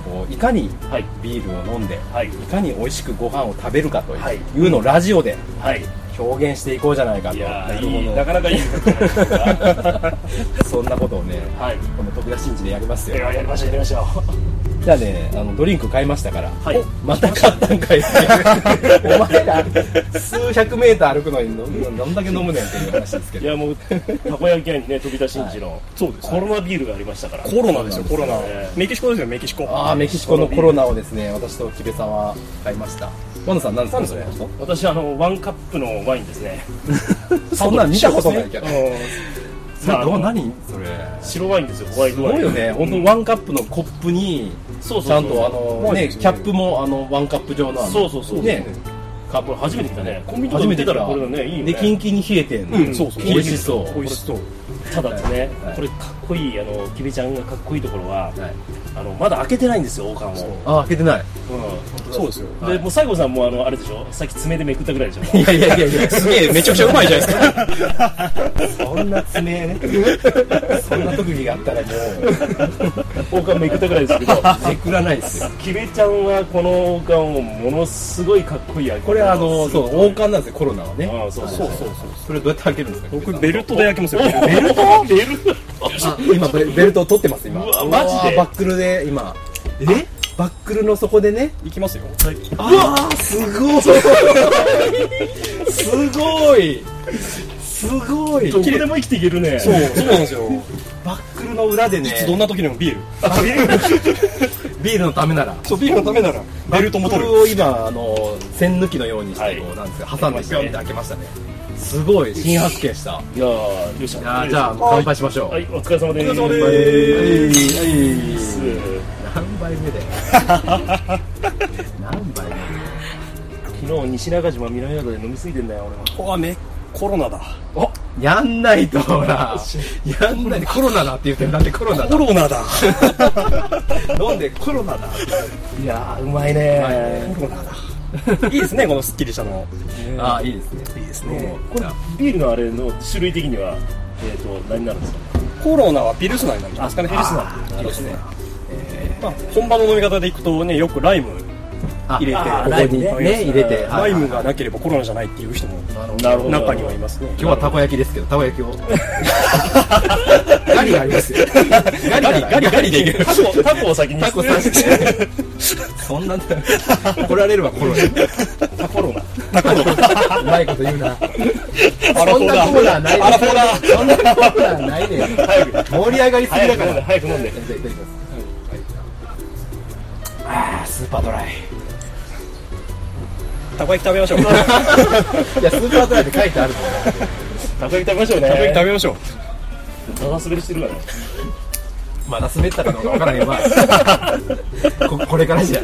[SPEAKER 2] こういかに
[SPEAKER 3] はい
[SPEAKER 2] ビールを飲んで、
[SPEAKER 3] はい
[SPEAKER 2] いかに美味しくご飯を食べるかという,、
[SPEAKER 3] はい
[SPEAKER 2] のをラジオで
[SPEAKER 3] はい
[SPEAKER 2] 表現していこうじゃないかと
[SPEAKER 3] いやー
[SPEAKER 2] るほど
[SPEAKER 3] いいなかなかいい曲じゃないですか
[SPEAKER 2] そんなことをね、
[SPEAKER 3] はい
[SPEAKER 2] この飛び出しんちでやります
[SPEAKER 3] で
[SPEAKER 2] よ。
[SPEAKER 3] はやりましょうやりましょう
[SPEAKER 2] じゃあね、あのドリンク買いましたから、
[SPEAKER 3] はい
[SPEAKER 2] おまた買ったんかい っていうお前ら、数百メーター歩くのに飲どんだけ飲むねんっていう話ですけ
[SPEAKER 3] い
[SPEAKER 2] ど、
[SPEAKER 3] やもうたこ焼き屋にね飛び出しんじのそうですコロナビールがありましたから
[SPEAKER 4] コロナですよコロナ
[SPEAKER 3] ええ
[SPEAKER 4] メキシコですよメキシコ
[SPEAKER 2] ああ、メキシコのコロナをですね、私と木部さんは買いました。ワンさん、なんですか、それ。
[SPEAKER 3] 私あのワンカップのワインですね
[SPEAKER 2] そんなん見たことないけど。それ
[SPEAKER 3] まああの
[SPEAKER 2] 何それ。す
[SPEAKER 3] 白ワインですよホワイトワイン
[SPEAKER 2] ごいよね、本当ワンカップのコップに、
[SPEAKER 3] そう
[SPEAKER 2] ち
[SPEAKER 3] そ
[SPEAKER 2] ゃ
[SPEAKER 3] うんそう
[SPEAKER 2] とあの、ね、キャップもあのワンカップ状のあの、
[SPEAKER 3] そうそうそう
[SPEAKER 2] ね、
[SPEAKER 3] カップ初めて来たねコンビニとかで売ってたらこれがねいいよ
[SPEAKER 2] でキン
[SPEAKER 3] ね
[SPEAKER 2] キンに冷えてんの、
[SPEAKER 4] うんそうそう
[SPEAKER 2] 美味しそう
[SPEAKER 4] 美味しそう
[SPEAKER 3] ただですね
[SPEAKER 2] はい
[SPEAKER 3] これかっこいいあのきびちゃんがかっこいいところは
[SPEAKER 2] はい
[SPEAKER 3] あのまだ開けてないんですよ王冠を
[SPEAKER 2] あ開けてない
[SPEAKER 4] そうですよ
[SPEAKER 3] うんでもう西郷さんもあのあれでしょさっき爪でめくったぐらいでしょ
[SPEAKER 2] いやいやいやいやすげえめちゃくちゃうまいじゃないですか そんな爪ねそんな特技があったらも
[SPEAKER 3] 王冠めくったぐらいですけど
[SPEAKER 2] うめくらないですよ
[SPEAKER 3] キベちゃんはこの王冠をものすごいかっこいい開け
[SPEAKER 2] これあのそう王冠なんですよコロナはね
[SPEAKER 3] ああそうそうそう
[SPEAKER 2] それどうやって開けるんですか
[SPEAKER 4] 僕ベルトで焼きますよ
[SPEAKER 3] ベルトベルト
[SPEAKER 2] あ今ベベルトを取ってます今
[SPEAKER 3] うわマジで
[SPEAKER 2] うわバックルで今
[SPEAKER 3] え
[SPEAKER 2] バックルの底でね
[SPEAKER 4] いきますよ
[SPEAKER 2] ああすごいすごいすごい
[SPEAKER 3] どこでも生きていけるね
[SPEAKER 4] そうそうなんですよ
[SPEAKER 2] バックルの裏でね
[SPEAKER 4] どんな時でもビール
[SPEAKER 2] ビールの ためなら
[SPEAKER 4] そうビールのためならベルトも
[SPEAKER 2] こ
[SPEAKER 4] 取
[SPEAKER 2] れ
[SPEAKER 4] る
[SPEAKER 2] を今あの栓抜きのようにしてこう、なんですか挟んでピョンって開けましたねすごい新発見した
[SPEAKER 3] いやーよっしゃ
[SPEAKER 2] いやーじゃあもう乾杯しましょう、
[SPEAKER 3] はいお疲れ様です
[SPEAKER 4] お疲れ様
[SPEAKER 2] え
[SPEAKER 4] です
[SPEAKER 2] ー
[SPEAKER 3] す
[SPEAKER 2] 何杯目だよ何杯目
[SPEAKER 3] 昨日西中島南中で飲みすぎてんだよ俺も
[SPEAKER 4] ここはねコロナだ
[SPEAKER 2] やんないとほらやんないでコロナだって言ってるだってコロナ
[SPEAKER 4] コ
[SPEAKER 2] だ
[SPEAKER 4] ロナだ
[SPEAKER 2] 飲んでコロナだ
[SPEAKER 3] いやーうまいね
[SPEAKER 2] うまいね
[SPEAKER 4] コロナだいいですねこのスッキリしたの
[SPEAKER 2] ああいいですね
[SPEAKER 4] いいです
[SPEAKER 2] も
[SPEAKER 4] ね
[SPEAKER 2] う
[SPEAKER 3] これビールのあれの種類的にはえっ、と何になるんですか
[SPEAKER 4] コロナはピルスナーになりますかね
[SPEAKER 3] ピルスナー
[SPEAKER 4] あいいですねまあ本場の飲み方でいくとねよくライム
[SPEAKER 2] あ
[SPEAKER 4] 入れて
[SPEAKER 2] あ
[SPEAKER 4] こ
[SPEAKER 2] ラ
[SPEAKER 4] こ
[SPEAKER 2] イブ
[SPEAKER 4] に
[SPEAKER 2] ね
[SPEAKER 4] 飲みます
[SPEAKER 2] ね入れて
[SPEAKER 4] ライム
[SPEAKER 2] は
[SPEAKER 4] がなければコロナじゃないっていう人も
[SPEAKER 3] なるほど
[SPEAKER 4] 中にはいますね
[SPEAKER 2] 今日はたこ焼きですけどたこ焼きをガリがありますよガリ
[SPEAKER 4] ガリガリでいける
[SPEAKER 3] タコタコを先に
[SPEAKER 2] タコ刺してそんな怒られるわコロ
[SPEAKER 3] タコロナ
[SPEAKER 2] ナうまいこと言うな
[SPEAKER 4] アラ
[SPEAKER 2] そ
[SPEAKER 4] フォ
[SPEAKER 2] ん
[SPEAKER 4] ー
[SPEAKER 2] な
[SPEAKER 4] だ
[SPEAKER 2] コーナーない
[SPEAKER 4] アラフォーだ
[SPEAKER 2] そんなコーナーないで盛り上がりすぎだ
[SPEAKER 3] 早く
[SPEAKER 2] か
[SPEAKER 3] 飲んで
[SPEAKER 2] ら
[SPEAKER 3] 早く飲んで
[SPEAKER 2] いただきますあースーパードライ
[SPEAKER 4] たこ焼き食べ ましょう
[SPEAKER 2] いやスーパードライって書いてあるもん
[SPEAKER 3] たこ焼き食べましょうね
[SPEAKER 4] たこ焼き食べましょう
[SPEAKER 3] ただ滑りしてるからね
[SPEAKER 2] まだ滑ったかどうかわからへんわここれからじゃ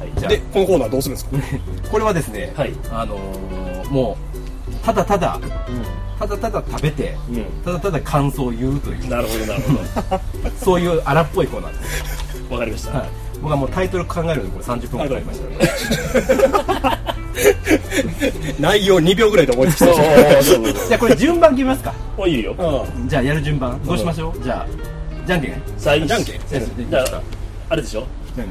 [SPEAKER 2] はいじゃあ
[SPEAKER 4] でこのコーナーどうするんですか
[SPEAKER 2] これはですね、
[SPEAKER 3] はい
[SPEAKER 2] あのーもうただただ、ただただ食べて、
[SPEAKER 3] ん
[SPEAKER 2] ただただ感想を言うという
[SPEAKER 3] なるほどなるほ
[SPEAKER 2] そういう荒っぽいコーナーです、
[SPEAKER 3] どわかりました
[SPEAKER 2] 僕はもうタイトル考えるのにこれ30分かかりましたね
[SPEAKER 4] 内容2秒ぐらいで覚えてき
[SPEAKER 3] お
[SPEAKER 4] た
[SPEAKER 3] ーおーそうそう
[SPEAKER 2] じゃあこれ順番決めますか
[SPEAKER 3] そうおいいよ
[SPEAKER 2] じゃあやる順番どうしましょうじゃあじゃんけんね
[SPEAKER 3] 最初
[SPEAKER 4] じゃんけん
[SPEAKER 3] じゃ
[SPEAKER 2] じゃ
[SPEAKER 3] あ
[SPEAKER 2] あ
[SPEAKER 3] あれでしょ
[SPEAKER 2] じゃん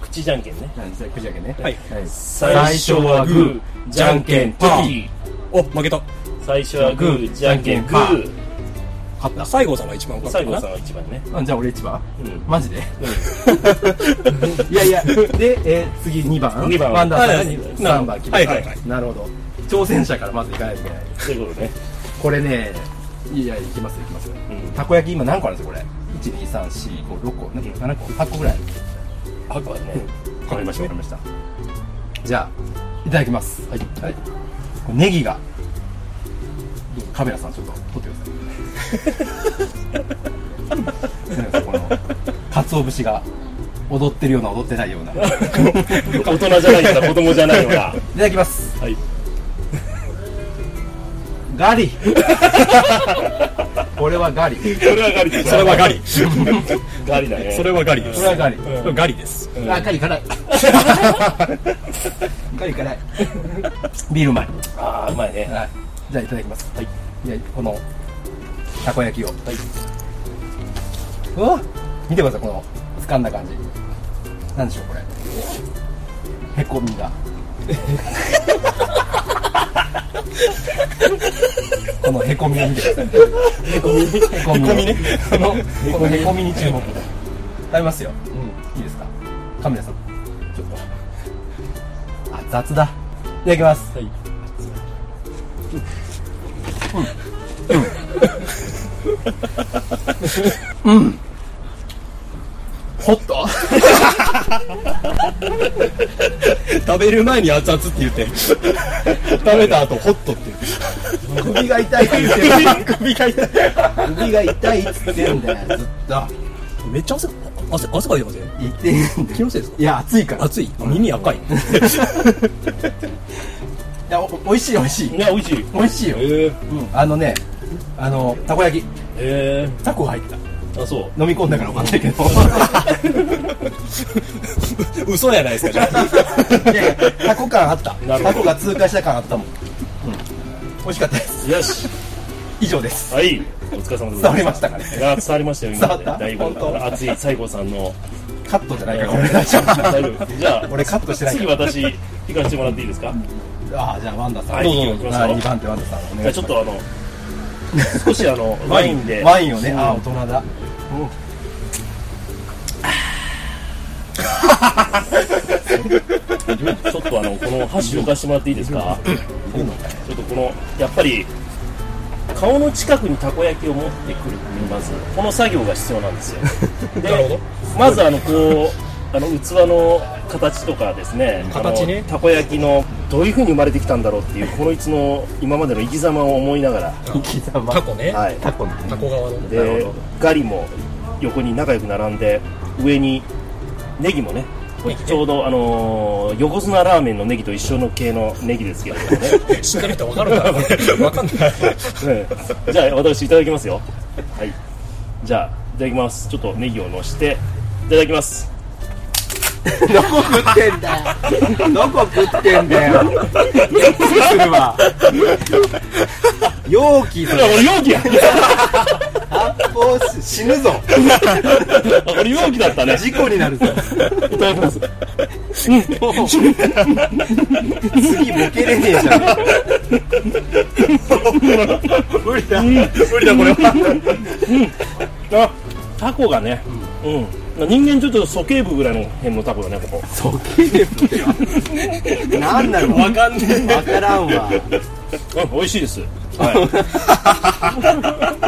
[SPEAKER 3] 口じゃんけんね
[SPEAKER 2] じゃあくじゃけんね
[SPEAKER 4] はい
[SPEAKER 2] はい
[SPEAKER 3] 最初はグーじゃんけんパー
[SPEAKER 4] お負けた
[SPEAKER 3] 最初はグーじゃんけんグ
[SPEAKER 2] じゃんけ
[SPEAKER 3] ー
[SPEAKER 4] 勝った西郷さんが一番多かった
[SPEAKER 3] 西
[SPEAKER 4] かな
[SPEAKER 3] 郷さんは一番ね
[SPEAKER 2] あじゃあ俺1番、
[SPEAKER 3] うん
[SPEAKER 2] マジで、いやいやで、えー次2番
[SPEAKER 3] 二番
[SPEAKER 2] ワンダーさんが
[SPEAKER 4] はい
[SPEAKER 2] 2 3番決めた、
[SPEAKER 4] はいはいはい
[SPEAKER 2] なるほど挑戦者からまずいかないといけない
[SPEAKER 3] そういうことね
[SPEAKER 2] これねいやいきますよいきますよ、
[SPEAKER 3] うん
[SPEAKER 2] たこ焼き今何個あるんですよこれ12345個7個7個8個ぐらい
[SPEAKER 3] あとはね
[SPEAKER 2] わかりましたわかりましたじゃあいただきますはい、はい、これネギがどうカメラさんちょっと撮ってください なんかこの鰹節が踊ってるような踊ってないようない
[SPEAKER 3] 大人じゃないから子供じゃないよな
[SPEAKER 2] ただきます
[SPEAKER 3] はい
[SPEAKER 2] ガリこれはガリ
[SPEAKER 3] それはガリだ
[SPEAKER 4] それはガリ
[SPEAKER 3] ガリだね
[SPEAKER 4] それはガリで
[SPEAKER 2] こ
[SPEAKER 4] す
[SPEAKER 2] れはガリ
[SPEAKER 4] ガリです
[SPEAKER 2] あ、カリ辛い。カリ辛い。ビールうまい。
[SPEAKER 3] ああうまいね
[SPEAKER 2] はい。じゃあいただきます。はい。じゃあこのたこ焼きを。うわ、見てくださいこの掴んだ感じ。なんでしょうこれ。へこみ が。このへこみを見てください。へこみ。へこみね。このこのへこみに注目。食べますよ。いいですか。カメラさん。ちょっと。あ雑だ。いただきます。
[SPEAKER 3] はい
[SPEAKER 2] ホット。
[SPEAKER 4] 食べる前に熱々って言って食べた後ホットって
[SPEAKER 2] 首が痛いって言ってる。
[SPEAKER 4] 言って 首が痛い
[SPEAKER 2] 首が痛いっつってんだよずっと
[SPEAKER 4] めっちゃ汗汗汗かいてません
[SPEAKER 2] 言ってんだよ
[SPEAKER 4] 気のせいですか
[SPEAKER 2] いや暑いからい
[SPEAKER 4] 熱い耳赤い
[SPEAKER 2] やおおいしいおいしい
[SPEAKER 3] いや美味しい
[SPEAKER 2] おいしいよ、
[SPEAKER 3] え
[SPEAKER 2] あのねあのたこ焼き
[SPEAKER 3] え
[SPEAKER 2] タコ入った
[SPEAKER 3] ーあそう
[SPEAKER 2] 飲み込んだからわかんない けど
[SPEAKER 4] 嘘やないですかじゃあ
[SPEAKER 2] いやいやタコ感あった
[SPEAKER 3] なるほど
[SPEAKER 2] タコが通過した感あったもん、うん、美味しかったです
[SPEAKER 3] よし
[SPEAKER 2] 以上です
[SPEAKER 3] はいお疲れ様でご
[SPEAKER 2] 伝
[SPEAKER 3] ざ
[SPEAKER 2] わ
[SPEAKER 3] い
[SPEAKER 2] り
[SPEAKER 3] ま
[SPEAKER 2] ますしたかね
[SPEAKER 3] いや伝わりましたよ今
[SPEAKER 2] 伝わった
[SPEAKER 3] だいぶ
[SPEAKER 2] 本当
[SPEAKER 3] 熱い西郷さんの
[SPEAKER 2] カットじゃないから俺大丈夫
[SPEAKER 3] 大丈夫じゃあ
[SPEAKER 2] 俺カットしてないか
[SPEAKER 3] 次
[SPEAKER 2] ら
[SPEAKER 3] 私行かせてもらっていいですか
[SPEAKER 2] ああじゃあワンダさん、
[SPEAKER 3] はい
[SPEAKER 2] どうぞ
[SPEAKER 3] 行きますよ
[SPEAKER 2] 2番手ワンダさんお
[SPEAKER 3] じゃ
[SPEAKER 2] 願
[SPEAKER 3] あ
[SPEAKER 2] い
[SPEAKER 3] ち
[SPEAKER 2] し
[SPEAKER 3] ょっ
[SPEAKER 2] ます
[SPEAKER 3] とあの少しあのワインで
[SPEAKER 2] ワインをねああ大人だ
[SPEAKER 3] ちょっとあのこの箸置かしてもらっていいですかちょっとこのやっぱり顔の近くにたこ焼きを持ってくるっていうまずこの作業が必要なんですよでまずあのこうあの器の形とかですね
[SPEAKER 6] 形ね
[SPEAKER 3] あのたこ焼きのどういうふうに生まれてきたんだろうっていうこのいつの今までの生き様を思いながら
[SPEAKER 6] タコね、
[SPEAKER 3] はい
[SPEAKER 2] タコの
[SPEAKER 6] タコ側のね
[SPEAKER 3] でガリも横に仲良く並んで上にネギもね
[SPEAKER 6] ネギね
[SPEAKER 3] ちょうど、あのー横綱ラーメンのネギと一緒の系のネギですけれどもね、
[SPEAKER 6] しっかりと分かるんだ なこれ分かんない
[SPEAKER 3] うんじゃあ私いただきますよはいじゃあいただきますちょっとネギをのしていただきます
[SPEAKER 2] どこ食ってんだよ。びっくりするわ。容器
[SPEAKER 3] いや俺容器や
[SPEAKER 2] もう死ぬぞ。
[SPEAKER 3] 俺容器だったね
[SPEAKER 2] 事故になるぞ。
[SPEAKER 3] いただきます
[SPEAKER 2] 次ボケれねえじゃん。無理だ。無理だこれは。
[SPEAKER 3] あタコがねうん、人間ちょっと鼠径部ぐらいの辺のタコだねここ
[SPEAKER 2] なんなのわかんねえ。わからんわ。
[SPEAKER 3] うん美味しいですは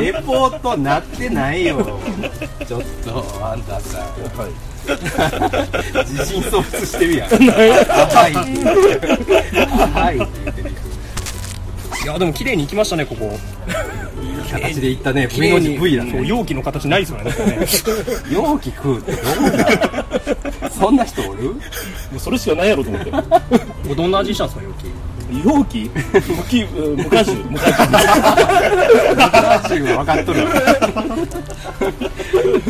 [SPEAKER 3] い
[SPEAKER 2] レポートなってないよ。
[SPEAKER 6] ちょっとあんたさ
[SPEAKER 2] 自信喪失してるやん。はい。はい。
[SPEAKER 4] いやでも綺麗にいきましたねここ
[SPEAKER 2] 形でいったね。V の字 V だ
[SPEAKER 4] そう
[SPEAKER 2] ね。
[SPEAKER 4] 容器の形ないですよね
[SPEAKER 2] 容器食うってどうだそんな人おる
[SPEAKER 3] もうそれしかないやろと思って
[SPEAKER 4] もうどんな味したんですか容器
[SPEAKER 3] 容器無機うん無果汁無果汁
[SPEAKER 2] 果汁は分かっと る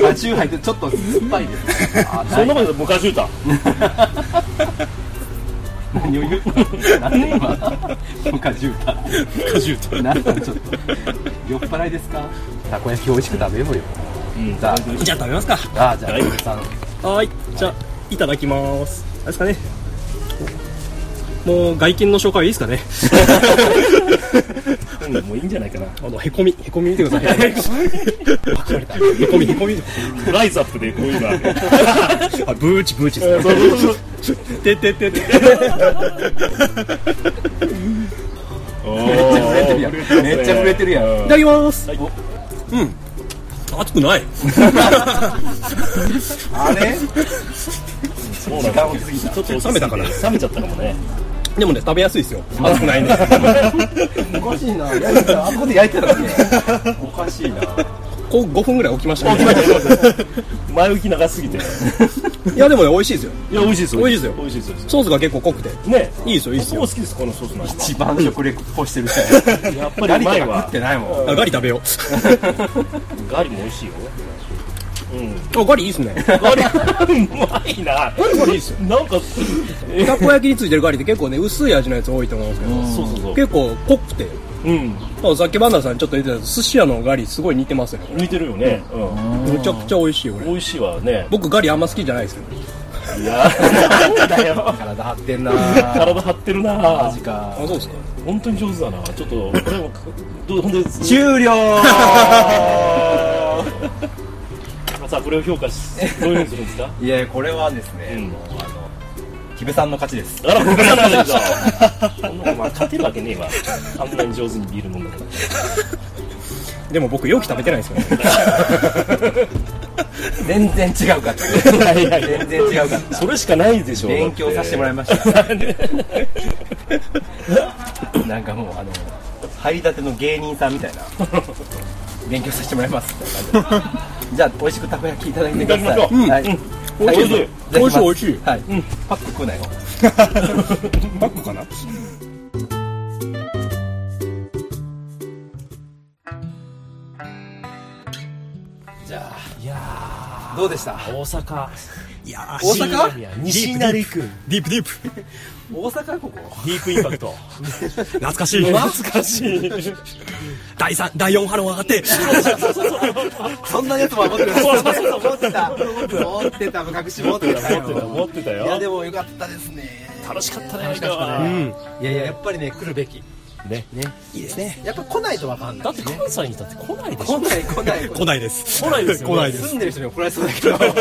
[SPEAKER 2] 果汁入ってちょっと酸っぱいですあ
[SPEAKER 3] その中で無果汁だ
[SPEAKER 2] 何を言うなんで今無果汁だ
[SPEAKER 6] 果汁と
[SPEAKER 2] なんだちょっと酔っ払いですかたこ焼き美味しく食べようよ、さ
[SPEAKER 4] じゃあ食べますか
[SPEAKER 2] ああじゃあ小池さん
[SPEAKER 4] はいじゃあいただきますあれですかねもう外見の紹介はいいですかね
[SPEAKER 3] うんもういいんじゃないかな
[SPEAKER 4] あのへこみへこみ見てください へこみへこみ
[SPEAKER 3] ライズアップでこういうのある
[SPEAKER 4] あブーチブーチですねてててて
[SPEAKER 2] めっちゃ触れてるやん
[SPEAKER 4] いただきます。うん。熱くない。
[SPEAKER 2] あれ
[SPEAKER 3] そうなんだ
[SPEAKER 2] 顔すぎた
[SPEAKER 3] ちょっと冷めたから冷めちゃったかもね
[SPEAKER 4] でもね、食べやすいですよ。熱くないね。
[SPEAKER 2] おかしいな焼いたあそこで焼いてたねおかしいな
[SPEAKER 4] こう5分ぐらい置きました、ね。
[SPEAKER 3] 前置き長すぎてい
[SPEAKER 4] いや、でもね、美味しいですよ。
[SPEAKER 3] や美味しいです
[SPEAKER 4] 美味しいですよ
[SPEAKER 3] 美味しいです
[SPEAKER 4] ソースが結構濃くて。
[SPEAKER 3] よね
[SPEAKER 4] いいですよ、いいです
[SPEAKER 3] 僕も好
[SPEAKER 4] よ。
[SPEAKER 3] きですこのソースの味
[SPEAKER 2] 一番食レポしてる 人や
[SPEAKER 3] やっぱり
[SPEAKER 2] ガリ
[SPEAKER 3] う
[SPEAKER 2] と
[SPEAKER 3] ま
[SPEAKER 2] か
[SPEAKER 3] い
[SPEAKER 2] 食っ
[SPEAKER 3] わ
[SPEAKER 2] てないもん
[SPEAKER 4] あガリ食べよ
[SPEAKER 3] ガリも美味しいよ
[SPEAKER 4] う。あ、ガリいいっすね。
[SPEAKER 3] ガリうまいな
[SPEAKER 4] ガリいいっすよ。
[SPEAKER 3] なんか
[SPEAKER 4] たこ焼きについてるガリって結構ね、薄い味のやつ多いと思うんですけど、
[SPEAKER 3] そうそうそう
[SPEAKER 4] 結構濃くて。
[SPEAKER 3] うん
[SPEAKER 4] まあさっきバンダさんちょっと言ってた寿司屋のガリすごい似てますよね。
[SPEAKER 3] 似てるよねうん
[SPEAKER 4] むちゃくちゃ美味しいよ、これ。
[SPEAKER 3] 美味しいわ ね
[SPEAKER 4] 僕ガリあんま好きじゃないですけど。
[SPEAKER 3] いやなんだよ
[SPEAKER 2] 体張ってんな
[SPEAKER 3] 体張ってるな
[SPEAKER 2] 味か
[SPEAKER 4] あ、そうですか。
[SPEAKER 3] 本当に上手だなちょっとこれもどう本当です
[SPEAKER 2] 終 了
[SPEAKER 3] さあこれを評価しどういうふうにするんですか
[SPEAKER 2] いやこれはですね、
[SPEAKER 3] うん
[SPEAKER 2] もうあの木部さんの勝ちです
[SPEAKER 3] あら、僕らなんじ ゃん。そんなまあ、勝てるわけねえわ。あんなに上手にビール飲んだから。
[SPEAKER 4] でも僕容器食べてないですよね。
[SPEAKER 2] 全然違うかった
[SPEAKER 3] いやいや
[SPEAKER 2] 全然違うかった
[SPEAKER 3] それしかないでしょ
[SPEAKER 2] 勉強させてもらい
[SPEAKER 3] ま
[SPEAKER 2] まし たなんかもうあの入りたての芸人さんみたいな勉強させてもらいますって感じじゃあ美味しくたこ焼きいただいてください、
[SPEAKER 4] うん
[SPEAKER 2] はい、
[SPEAKER 4] 美
[SPEAKER 2] はた
[SPEAKER 4] 味しい
[SPEAKER 2] だきます
[SPEAKER 4] 美味しい美味しい
[SPEAKER 2] はい、パック食うなよ
[SPEAKER 4] バッグかな
[SPEAKER 2] どうでした
[SPEAKER 3] 大阪。
[SPEAKER 4] いや
[SPEAKER 2] 大阪
[SPEAKER 3] 西成区。
[SPEAKER 4] ディープディープ。
[SPEAKER 2] 大阪ここ
[SPEAKER 3] ディープインパク ト。
[SPEAKER 4] 懐かしい。
[SPEAKER 3] 懐かしい。そう
[SPEAKER 4] 第3、第4波の上がって。
[SPEAKER 2] そんなやつも持ってる
[SPEAKER 3] そうそう。
[SPEAKER 2] 持ってた持ってた隠し持ってた
[SPEAKER 3] 持ってた、持ってた
[SPEAKER 2] いや
[SPEAKER 3] よ。
[SPEAKER 2] でもよかったですね
[SPEAKER 3] 楽しかったね、あれは。
[SPEAKER 2] いやいややっぱりね来るべき
[SPEAKER 7] ね
[SPEAKER 8] いいですね。やっぱ来ないとわかんな
[SPEAKER 7] だ
[SPEAKER 8] い
[SPEAKER 7] っ。て関西にだって来ないでし
[SPEAKER 2] 来
[SPEAKER 7] ょ
[SPEAKER 2] ない来ない
[SPEAKER 7] 来ないです
[SPEAKER 3] 来ないですよね
[SPEAKER 7] 来ないです
[SPEAKER 2] 住んでる人に怒られそうだけど まあ今日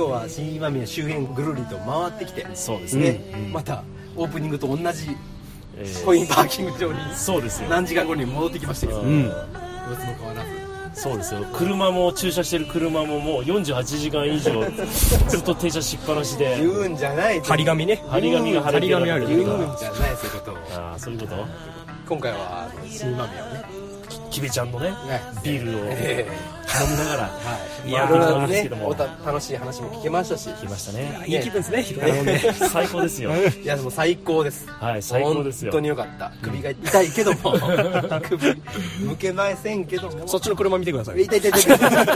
[SPEAKER 2] は新今宮周辺ぐるりと回ってきて
[SPEAKER 3] そうですね
[SPEAKER 2] ね、またオープニングと同じコインパーキング場に
[SPEAKER 3] そうですよ
[SPEAKER 2] 何時間後に戻ってきましたけど、
[SPEAKER 7] うん
[SPEAKER 2] 様子も変わらず
[SPEAKER 3] そうですよ車も駐車してる車ももう48時間以 上ずっと停車しっぱなしで
[SPEAKER 2] 言うんじゃない
[SPEAKER 7] 張り紙ね
[SPEAKER 3] 張り紙が貼られてる
[SPEAKER 7] 張り紙あ
[SPEAKER 2] 言うん
[SPEAKER 7] る
[SPEAKER 2] じゃないそういうことを
[SPEAKER 3] ああそういうこと
[SPEAKER 2] 今回はあの新今宮をね
[SPEAKER 3] きべちゃんのね
[SPEAKER 2] ね
[SPEAKER 3] ビールを飲
[SPEAKER 2] え
[SPEAKER 3] みな がら
[SPEAKER 2] はい、い
[SPEAKER 3] や
[SPEAKER 2] や
[SPEAKER 3] ー
[SPEAKER 2] ー
[SPEAKER 3] ですけ
[SPEAKER 2] ね
[SPEAKER 3] ども
[SPEAKER 2] おた楽しい話も聞けましたし
[SPEAKER 3] 来ましたね
[SPEAKER 2] いい気分ですね
[SPEAKER 3] 最高ですよ
[SPEAKER 2] いやでも最高です
[SPEAKER 3] はい最高ですよ
[SPEAKER 2] 本当によかった首が痛いけども 首向けませんけども
[SPEAKER 4] そっちの車見てください
[SPEAKER 2] 痛い痛い痛い 痛いなるか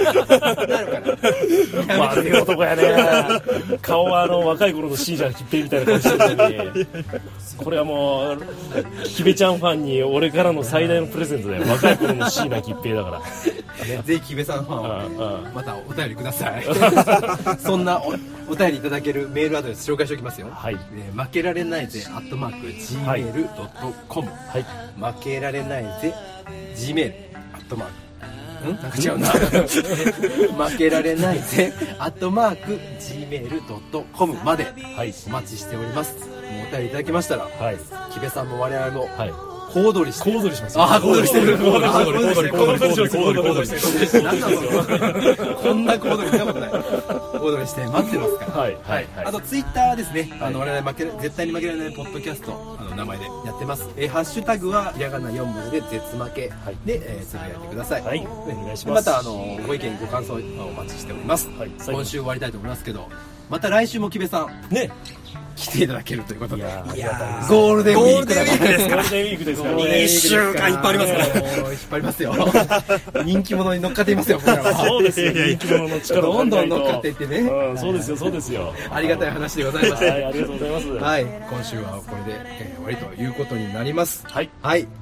[SPEAKER 2] な
[SPEAKER 3] 悪い男やね顔はあの若い頃のシーラーきっぺみたいな顔してるのにこれはもうきべちゃんファンに俺からの最大のプレゼントだよ若い頃のシーラーきっぺだから
[SPEAKER 2] ぜひ木部さんファンは、ね
[SPEAKER 3] うんうん
[SPEAKER 2] またお便りください そんなおお便りいただけるメールアドレス紹介しておきますよ、
[SPEAKER 3] はい
[SPEAKER 2] ね負けられないぜアットマーク
[SPEAKER 3] はい
[SPEAKER 2] Gmail.com、
[SPEAKER 3] はい
[SPEAKER 2] 負けられないぜ Gmail アットマークんなんか違うな 負けられないぜアットマーク Gmail.com まで
[SPEAKER 3] はい
[SPEAKER 2] お待ちしておりますもうお便りいただきましたら、
[SPEAKER 3] はい
[SPEAKER 2] 木部さんも我々も
[SPEAKER 3] はい
[SPEAKER 2] 小躍りして
[SPEAKER 7] 小躍りします
[SPEAKER 2] ああ、小躍りしてる。
[SPEAKER 7] 小躍り
[SPEAKER 2] あー小躍りしてる
[SPEAKER 7] 小躍りしてる
[SPEAKER 2] 小躍
[SPEAKER 7] 小
[SPEAKER 2] り
[SPEAKER 7] 躍りしてる
[SPEAKER 2] してる。なんなんそれこんな小躍り見たことない。小躍りして待ってますから。
[SPEAKER 3] はいはいはい
[SPEAKER 2] あとツイッターですね。あの我々負ける絶対に負けられないポッドキャストあの名前でやってます。えーハッシュタグはひらがな四文字で絶負け
[SPEAKER 3] はい
[SPEAKER 2] でえーつぶやいてください。
[SPEAKER 3] はい
[SPEAKER 2] ね
[SPEAKER 3] お願いし
[SPEAKER 2] で
[SPEAKER 3] ま
[SPEAKER 2] ますたあのご意見ご感想をお待ちしております。
[SPEAKER 3] はい最後
[SPEAKER 2] 今週終わりたいと思いますけど、また来週も木部さん
[SPEAKER 7] ね
[SPEAKER 2] 来ていただけるということで。
[SPEAKER 3] ーありがたいです
[SPEAKER 2] ゴールデンウィークだから。
[SPEAKER 3] ゴールデンウィークですから
[SPEAKER 2] 一週間
[SPEAKER 7] いっぱいありますから
[SPEAKER 2] 引っ張りますよ人気者に乗っかっていますよ僕らは
[SPEAKER 3] そうですよ人気者の力を
[SPEAKER 2] どんどん
[SPEAKER 3] 借りないと
[SPEAKER 2] 乗っかっていってね
[SPEAKER 3] うんそうですよそうですよ
[SPEAKER 2] ありがたい話でございます
[SPEAKER 3] はいありがとうございます
[SPEAKER 2] はい今週はこれで、えー終わりということになります
[SPEAKER 3] はい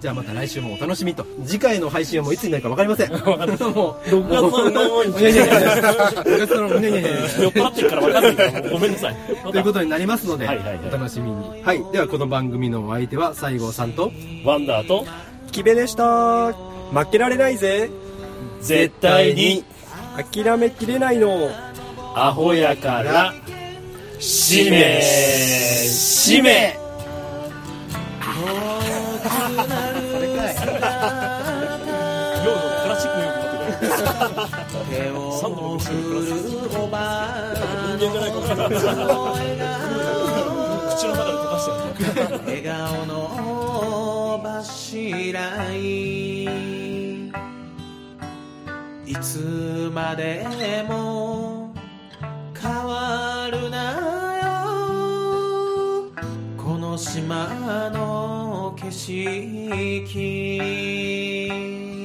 [SPEAKER 2] じゃあまた来週もお楽しみと次回の配信はもういつになるか分かりませんもう
[SPEAKER 3] 6月の
[SPEAKER 2] いやいやいやいや6月のねねねね
[SPEAKER 3] 酔っ払ってるから分かんないからごめんなさい
[SPEAKER 2] ということになりますので、
[SPEAKER 3] はいはいはい
[SPEAKER 2] お楽しみにはいではこの番組のお相手は西郷さんと
[SPEAKER 3] ワンダーと
[SPEAKER 4] キベでした負けられないぜ
[SPEAKER 3] 絶対に
[SPEAKER 4] 諦めきれないの
[SPEAKER 3] アホやからしめしめ
[SPEAKER 2] これかい
[SPEAKER 3] ようクラシックのよくなってるサンドの面白いクラシック人間じゃないかもしれない口の中で溶かしてる
[SPEAKER 9] 笑顔の柱にいつまでも変わるなよこの島の景色